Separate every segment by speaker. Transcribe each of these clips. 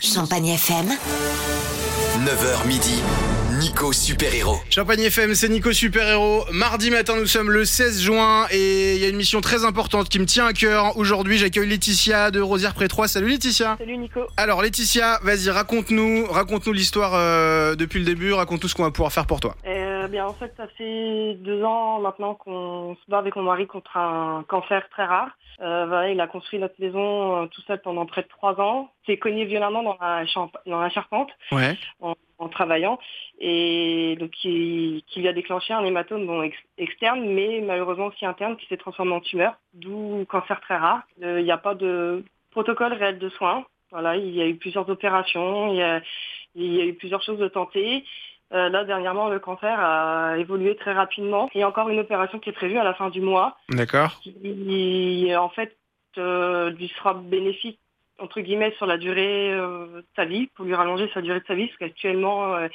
Speaker 1: Champagne FM.
Speaker 2: 9h midi, Nico Super-Héros.
Speaker 3: Champagne FM, c'est Nico Super Héros. Mardi matin, nous sommes le 16 juin et il y a une mission très importante qui me tient à cœur. Aujourd'hui, j'accueille Laetitia de Rosière Pré 3. Salut Laetitia.
Speaker 4: Salut Nico.
Speaker 3: Alors Laetitia, vas-y, raconte-nous, raconte-nous l'histoire euh, depuis le début, raconte-nous ce qu'on va pouvoir faire pour toi.
Speaker 4: Euh, bien, en fait, ça fait deux ans maintenant qu'on se bat avec mon mari contre un cancer très rare. Euh, voilà, il a construit notre maison euh, tout seul pendant près de trois ans. S'est cogné violemment dans la, champ- dans la charpente
Speaker 3: Ouais.
Speaker 4: en, en travaillant et donc qui, qui lui a déclenché un hématome bon, ex- externe, mais malheureusement aussi interne, qui s'est transformé en tumeur, d'où cancer très rare. Euh, Il n'y a pas de protocole réel de soins. Voilà, il y a eu plusieurs opérations, il y a, il y a eu plusieurs choses de tenter. Euh, là, dernièrement, le cancer a évolué très rapidement. Il y a encore une opération qui est prévue à la fin du mois
Speaker 3: D'accord.
Speaker 4: qui en fait euh, lui sera bénéfique entre guillemets sur la durée euh, de sa vie, pour lui rallonger sa durée de sa vie, parce qu'actuellement euh,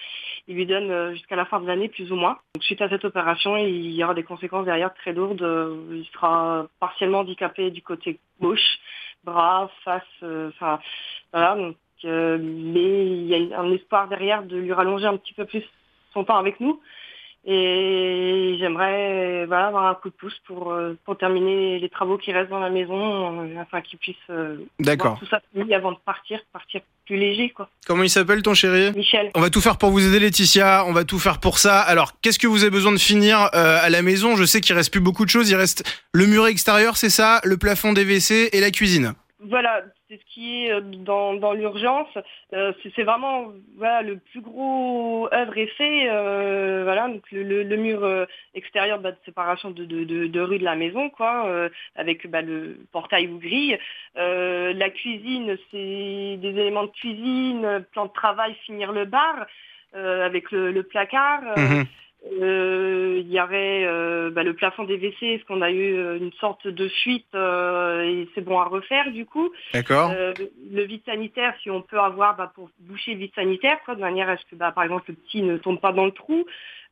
Speaker 4: il lui donne euh, jusqu'à la fin de l'année plus ou moins. Donc suite à cette opération, il y aura des conséquences derrière très lourdes. Euh, Il sera partiellement handicapé du côté gauche, bras, face, euh, enfin voilà. Donc, euh, mais il y a une- un espoir derrière de lui rallonger un petit peu plus son temps avec nous. Et j'aimerais euh, voilà, avoir un coup de pouce pour, euh, pour terminer les travaux qui restent dans la maison, euh, afin qu'il puisse euh, voir
Speaker 3: D'accord.
Speaker 4: tout ça fini avant de partir, partir plus léger. quoi.
Speaker 3: Comment il s'appelle ton chéri
Speaker 4: Michel,
Speaker 3: on va tout faire pour vous aider Laetitia, on va tout faire pour ça. Alors, qu'est-ce que vous avez besoin de finir euh, à la maison Je sais qu'il reste plus beaucoup de choses, il reste le muret extérieur, c'est ça, le plafond des WC et la cuisine.
Speaker 4: voilà, c'est ce qui est euh, dans, dans l'urgence. Euh, c'est c'est vraiment voilà, le plus gros œuvre est fait. euh, voilà, donc le, le- le mur euh, extérieur bah, de séparation de, de, de- de rue de la maison, quoi, euh, avec bah, le portail ou grille. Euh, la cuisine, c'est des éléments de cuisine, plan de travail, finir le bar euh, avec le, le placard. Euh,
Speaker 3: Mhm.
Speaker 4: Euh, Il y aurait euh, bah, le plafond des WC, parce qu'on a eu euh, une sorte de fuite euh, et c'est bon à refaire du coup.
Speaker 3: D'accord.
Speaker 4: Euh, le vide sanitaire, si on peut avoir bah, pour boucher le vide sanitaire, quoi, de manière à ce que, bah, par exemple, le petit ne tombe pas dans le trou.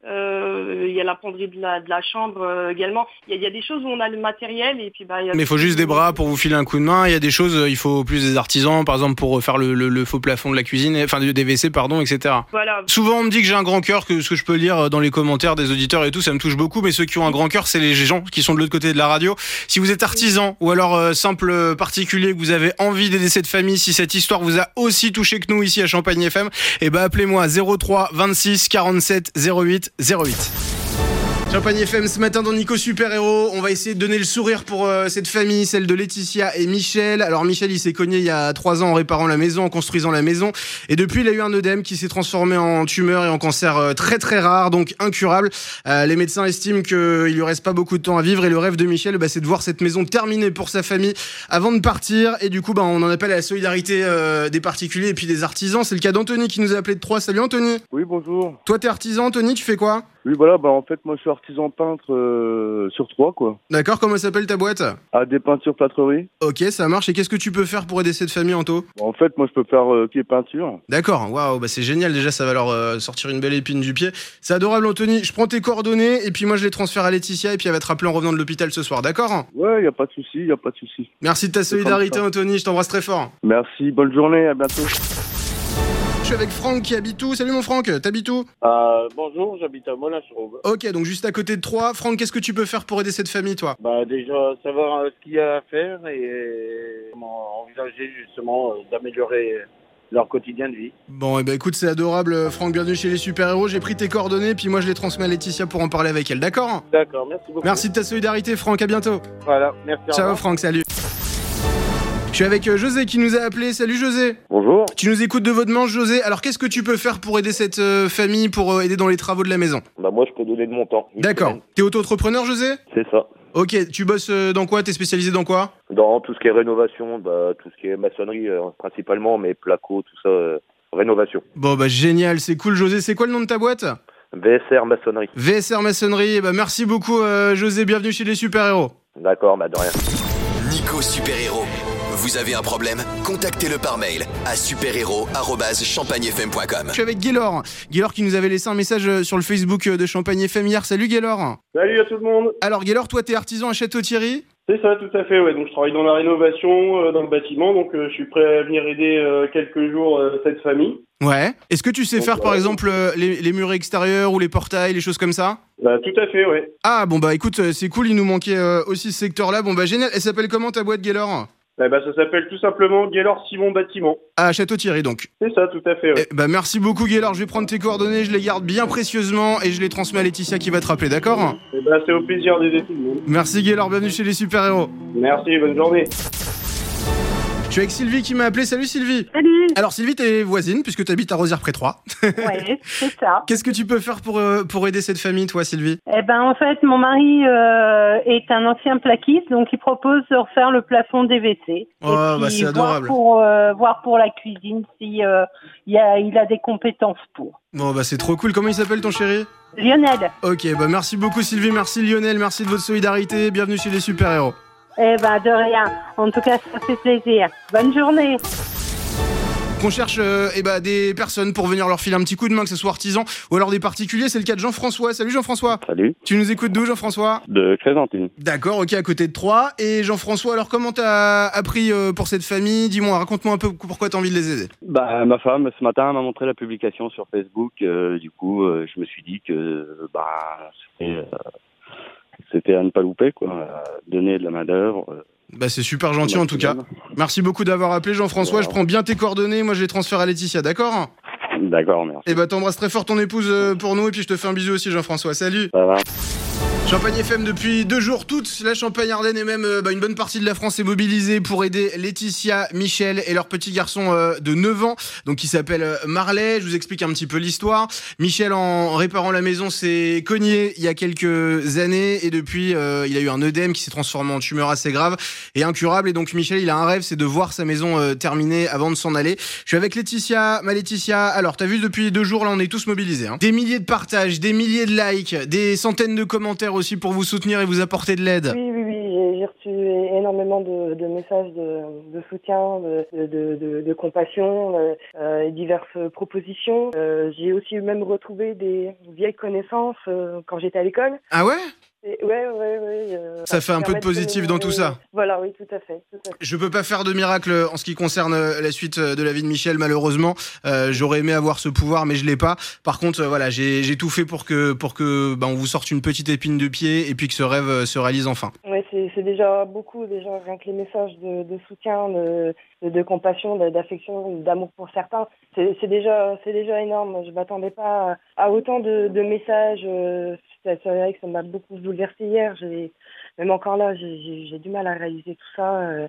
Speaker 4: Euh, Il y a la penderie de la, de la chambre euh, également. Il y, a- il y a des choses où on a le matériel et puis bah, il y a-
Speaker 3: Mais il faut juste des bras pour vous filer un coup de main. Il y a des choses, euh, il faut plus des artisans, par exemple pour euh, faire le, le- le faux plafond de la cuisine, enfin des WC, pardon, etc.
Speaker 4: Voilà,
Speaker 3: Souvent on me dit que j'ai un grand cœur, que ce que je peux lire euh, dans les commentaires des auditeurs et tout, ça me touche beaucoup. Mais ceux qui ont un grand cœur, c'est les gens qui sont de l'autre côté de la radio. Si vous êtes artisan ou alors euh, simple euh, particulier, que vous avez envie d'aider cette famille, si cette histoire vous a aussi touché que nous ici à Champagne FM, eh ben appelez-moi 03 26 47 08 08. Champagne FM ce matin dans Nico Super Héros, on va essayer de donner le sourire pour euh, cette famille, celle de Laetitia et Michel. Alors Michel, il s'est cogné il y a trois ans en réparant la maison, en construisant la maison, et depuis il a eu un œdème qui s'est transformé en tumeur et en cancer euh, très très rare, donc incurable. Euh, les médecins estiment qu'il lui reste pas beaucoup de temps à vivre, et le rêve de Michel, bah, c'est de voir cette maison terminée pour sa famille avant de partir. Et du coup, bah, on en appelle à la solidarité euh, des particuliers et puis des artisans. C'est le cas d'Anthony qui nous a appelé de Troyes. Salut Anthony.
Speaker 5: Oui, bonjour.
Speaker 3: Toi, t'es artisan, Anthony, tu fais quoi
Speaker 5: Oui, voilà, bah, en fait, moi, je suis artisan peintre euh, sur trois, quoi.
Speaker 3: D'accord, comment s'appelle ta boîte
Speaker 5: À des peintures plâtreries.
Speaker 3: Ok, ça marche. Et qu'est-ce que tu peux faire pour aider cette famille, Anto
Speaker 5: Bah, en fait, moi, je peux faire euh, pied peinture.
Speaker 3: D'accord, waouh, bah c'est génial. Déjà, ça va leur euh, sortir une belle épine du pied. C'est adorable, Anthony. Je prends tes coordonnées et puis moi, je les transfère à Laetitia et puis elle va te rappeler en revenant de l'hôpital ce soir, d'accord
Speaker 5: Ouais, y a pas de souci, y a pas de souci.
Speaker 3: Merci de ta
Speaker 5: C'est comme
Speaker 3: solidarité,
Speaker 5: ça.
Speaker 3: Anthony. Je t'embrasse très fort.
Speaker 5: Merci, bonne journée, à bientôt.
Speaker 3: Je suis avec Franck qui habite où Salut, mon Franck, t'habites où
Speaker 6: Ah,
Speaker 7: Euh, bonjour, j'habite à Molin-sur-Aube.
Speaker 3: Ok, donc juste à côté de Troyes. Franck, qu'est-ce que tu peux faire pour aider cette famille, toi
Speaker 7: Bah, déjà, savoir euh, ce qu'il y a à faire et euh, comment envisager justement euh, d'améliorer leur quotidien de vie.
Speaker 3: Bon, et ben écoute, c'est adorable, euh, Franck. Bienvenue chez les super-héros. J'ai pris tes coordonnées puis moi, je les transmets à Laetitia pour en parler avec elle, d'accord
Speaker 7: D'accord, merci beaucoup.
Speaker 3: Merci de ta solidarité, Franck. À bientôt.
Speaker 7: Voilà, merci. au revoir.
Speaker 3: Ciao Franck, salut. Je suis avec euh, José qui nous a appelé. Salut José.
Speaker 5: Bonjour.
Speaker 3: Tu nous écoutes de votre manche José. Alors qu'est-ce que tu peux faire pour aider cette euh, famille, pour euh, aider dans les travaux de la maison
Speaker 6: Bah moi je peux donner de mon temps. Une
Speaker 3: D'accord.
Speaker 6: semaine,
Speaker 3: T'es auto-entrepreneur José
Speaker 6: C'est ça.
Speaker 3: Ok, tu bosses euh, dans quoi T'es spécialisé dans quoi
Speaker 6: Dans tout ce qui est rénovation, bah, tout ce qui est maçonnerie euh, principalement, mais placo, tout ça, euh, rénovation.
Speaker 3: Bon bah génial, c'est cool José. C'est quoi le nom de ta boîte
Speaker 6: VSR maçonnerie.
Speaker 3: VSR Maçonnerie. Eh ben, merci beaucoup euh, José, bienvenue chez les super-héros.
Speaker 6: D'accord, bah de rien.
Speaker 2: Nico Super-Héros. Vous avez un problème Contactez-le par mail à superhéros.champagnefm.com.
Speaker 3: Je suis avec Gaylor. Gaylor qui nous avait laissé un message euh, sur le Facebook euh, de Champagne FM hier. Salut Gaylor.
Speaker 7: Salut à tout le monde.
Speaker 3: Alors Gaylor, toi t'es artisan à Château-Thierry
Speaker 1: C'est ça, tout à fait. Ouais. Donc, je travaille dans la rénovation, euh, dans le bâtiment. Donc, euh, je suis prêt à venir aider euh, quelques jours euh, cette famille.
Speaker 3: Ouais. Est-ce que tu sais
Speaker 1: Donc,
Speaker 3: faire, par
Speaker 1: euh,
Speaker 3: exemple, euh, les, les murs extérieurs ou les portails, les choses comme ça
Speaker 1: Bah, tout à fait, ouais.
Speaker 3: Ah, bon, bah écoute, euh, c'est cool, il nous manquait euh, aussi ce secteur-là. Bon, bah génial. Elle s'appelle comment ta boîte, Gaylor
Speaker 1: Eh ben, ça s'appelle tout simplement Gaylord Simon Bâtiment.
Speaker 3: À Château-Thierry, donc.
Speaker 1: C'est ça, tout à fait. Ouais.
Speaker 3: Eh, bah merci beaucoup, Gaylor. Je vais prendre tes coordonnées, je les garde bien précieusement et je les transmets à Laetitia qui va te rappeler, d'accord
Speaker 1: Eh ben, c'est au plaisir des études.
Speaker 3: Merci, Gaylor. Bienvenue chez les super-héros.
Speaker 1: Merci, bonne journée.
Speaker 3: Je suis avec Sylvie qui m'a appelé. Salut, Sylvie.
Speaker 8: Salut
Speaker 3: Alors, Sylvie, t'es voisine puisque t'habites à Rosière près 3.
Speaker 8: Ouais, c'est ça.
Speaker 3: Qu'est-ce que tu peux faire pour, euh, pour aider cette famille, toi, Sylvie
Speaker 8: Eh ben, en fait, mon mari euh, est un ancien plaquiste, donc il propose de refaire le plafond des WC.
Speaker 3: Oh,
Speaker 8: Et
Speaker 3: bah,
Speaker 8: puis,
Speaker 3: c'est
Speaker 8: voir
Speaker 3: adorable.
Speaker 8: Pour, euh, voir pour la cuisine si euh, il y a, il a des compétences pour.
Speaker 3: Bon, bah c'est trop cool. Comment il s'appelle ton chéri
Speaker 8: Lionel,
Speaker 3: Ok, bah merci beaucoup, Sylvie. Merci, Lionel. Merci de votre solidarité. Bienvenue chez les super-héros.
Speaker 8: eh ben, de rien. En tout cas, ça fait plaisir. Bonne journée.
Speaker 3: qu'on cherche euh, eh ben, des personnes pour venir leur filer un petit coup de main, que ce soit artisan ou alors des particuliers. C'est le cas de Jean-François. Salut Jean-François.
Speaker 6: Salut.
Speaker 3: Tu nous écoutes d'où Jean-François
Speaker 6: De Crézantine.
Speaker 3: D'accord, ok, à côté de Troyes. Et Jean-François, alors comment t'as appris euh, pour cette famille Dis-moi, raconte-moi un peu pourquoi t'as envie de les aider.
Speaker 6: Bah, ma femme, ce matin, m'a montré la publication sur Facebook. euh, du coup, euh, je me suis dit que bah, c'était, euh, c'était à ne pas louper, quoi. Euh, Donner de la main-d'œuvre. euh,
Speaker 3: Bah c'est super gentil en tout cas.
Speaker 6: maximum.
Speaker 3: Merci beaucoup d'avoir appelé Jean-François. Je prends bien tes coordonnées, moi je les transfère à Laetitia, d'accord
Speaker 6: D'accord, merci.
Speaker 3: Et bah t'embrasses très fort ton épouse euh, pour nous et puis je te fais un bisou aussi Jean-François. Salut
Speaker 6: Ça va
Speaker 3: Champagne FM depuis deux jours, toute la Champagne-Ardenne et même euh, bah, une bonne partie de la France est mobilisée pour aider Laetitia, Michel et leur petit garçon euh, de 9 ans, donc qui s'appelle euh, Marley. Je vous explique un petit peu l'histoire. Michel, en réparant la maison, s'est cogné il y a quelques années et depuis, euh, il a eu un œdème qui s'est transformé en tumeur assez grave et incurable. Et donc Michel, il a un rêve, c'est de voir sa maison euh, terminée avant de s'en aller. Je suis avec Laetitia, ma Laetitia. Alors, t'as vu depuis deux jours, là, on est tous mobilisés. hein. Des milliers de partages, des milliers de likes, des centaines de commentaires aussi pour vous soutenir et vous apporter de l'aide.
Speaker 9: Oui, oui, oui, j'ai- j'ai reçu énormément de, de messages de, de soutien, de, de, de, de compassion euh, euh, et diverses propositions. Euh, j'ai aussi même retrouvé des vieilles connaissances euh, quand j'étais à l'école.
Speaker 3: Ah ouais
Speaker 9: Et- Ouais, ouais, ouais. euh,
Speaker 3: Ça fait un peu de
Speaker 9: permettre
Speaker 3: positif dans tout ça.
Speaker 9: Voilà, oui, tout à fait. Tout à fait.
Speaker 3: Je peux pas faire de miracle en ce qui concerne euh, la suite euh, de la vie de Michel, malheureusement. Euh, J'aurais aimé avoir ce pouvoir, mais je l'ai pas. Par contre, euh, voilà, j'ai j'ai tout fait pour que, pour que bah, on vous sorte une petite épine de pied et puis que ce rêve euh, se réalise enfin.
Speaker 9: Ouais, c'est c'est déjà beaucoup, déjà rien que les messages de, de soutien, de, de, de compassion, de- d'affection, d'amour pour certains, c'est c'est déjà, c'est déjà énorme. Je m'attendais pas à, à autant de, de messages. euh, C'est c'est vrai que ça m'a beaucoup bouleversé hier. J'ai- Même encore là, j'ai- j'ai j'ai du mal à réaliser tout ça. euh,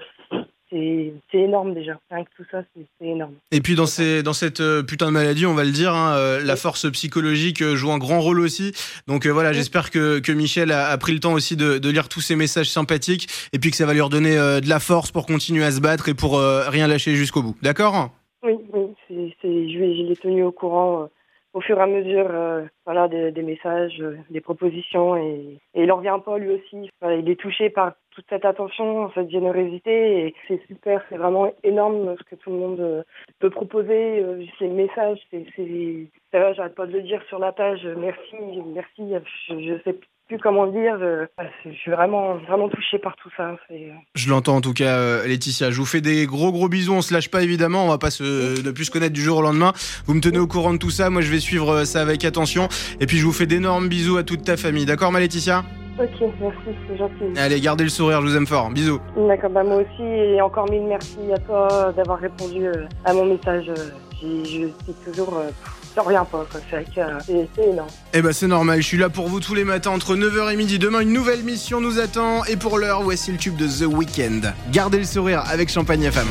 Speaker 9: C'est c'est énorme déjà. Rien que tout ça, c'est c'est énorme.
Speaker 3: Et puis dans, ces, dans cette euh, putain de maladie, on va le dire, hein, euh, la force psychologique euh, joue un grand rôle aussi. Donc euh, voilà, j'espère que, que Michel a, a pris le temps aussi de, de lire tous ces messages sympathiques et puis que ça va lui redonner euh, de la force pour continuer à se battre et pour euh, rien lâcher jusqu'au bout. D'accord
Speaker 9: Oui, oui, c'est, c'est, je, l'ai- je l'ai tenu au courant euh, au fur et à mesure euh, voilà, des, des messages, euh, des propositions. Et, et il en revient pas lui aussi. Enfin, il est touché par toute cette attention, cette générosité. Et c'est super, c'est vraiment énorme ce que tout le monde euh, peut proposer. euh, ces messages, c'est, c'est, ça va, j'arrête pas de le dire sur la page. euh, Merci, merci, je, je sais plus comment le dire. euh, enfin, c'est- je suis vraiment, vraiment touchée par tout ça. C'est,
Speaker 3: Je l'entends en tout cas, euh, Laetitia. Je vous fais des gros gros bisous. On se lâche pas évidemment. On va pas se, ne plus se connaître du jour au lendemain. Vous me tenez au courant de tout ça. Moi, je vais suivre euh, ça avec attention. Et puis, je vous fais d'énormes bisous à toute ta famille. D'accord, ma Laetitia
Speaker 9: euh, ok, merci, c'est gentil.
Speaker 3: Allez, gardez le sourire. Je vous aime fort. Bisous.
Speaker 9: D'accord, bah moi aussi, et encore mille merci à toi d'avoir répondu euh, à mon message. euh, j'ai- Je suis toujours. euh, J'en reviens pas, quoi. C'est vrai que euh, c'est c'est énorme.
Speaker 3: Eh ben c'est normal, je suis là pour vous tous les matins entre 9h et midi. Demain, une nouvelle mission nous attend. Et pour l'heure, voici le tube de The Weeknd. Gardez le sourire avec Champagne FM.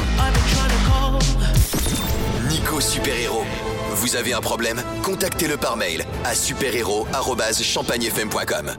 Speaker 2: Nico Super Héros. Vous avez un problème Contactez-le par mail à superhéros.champagnefm.com.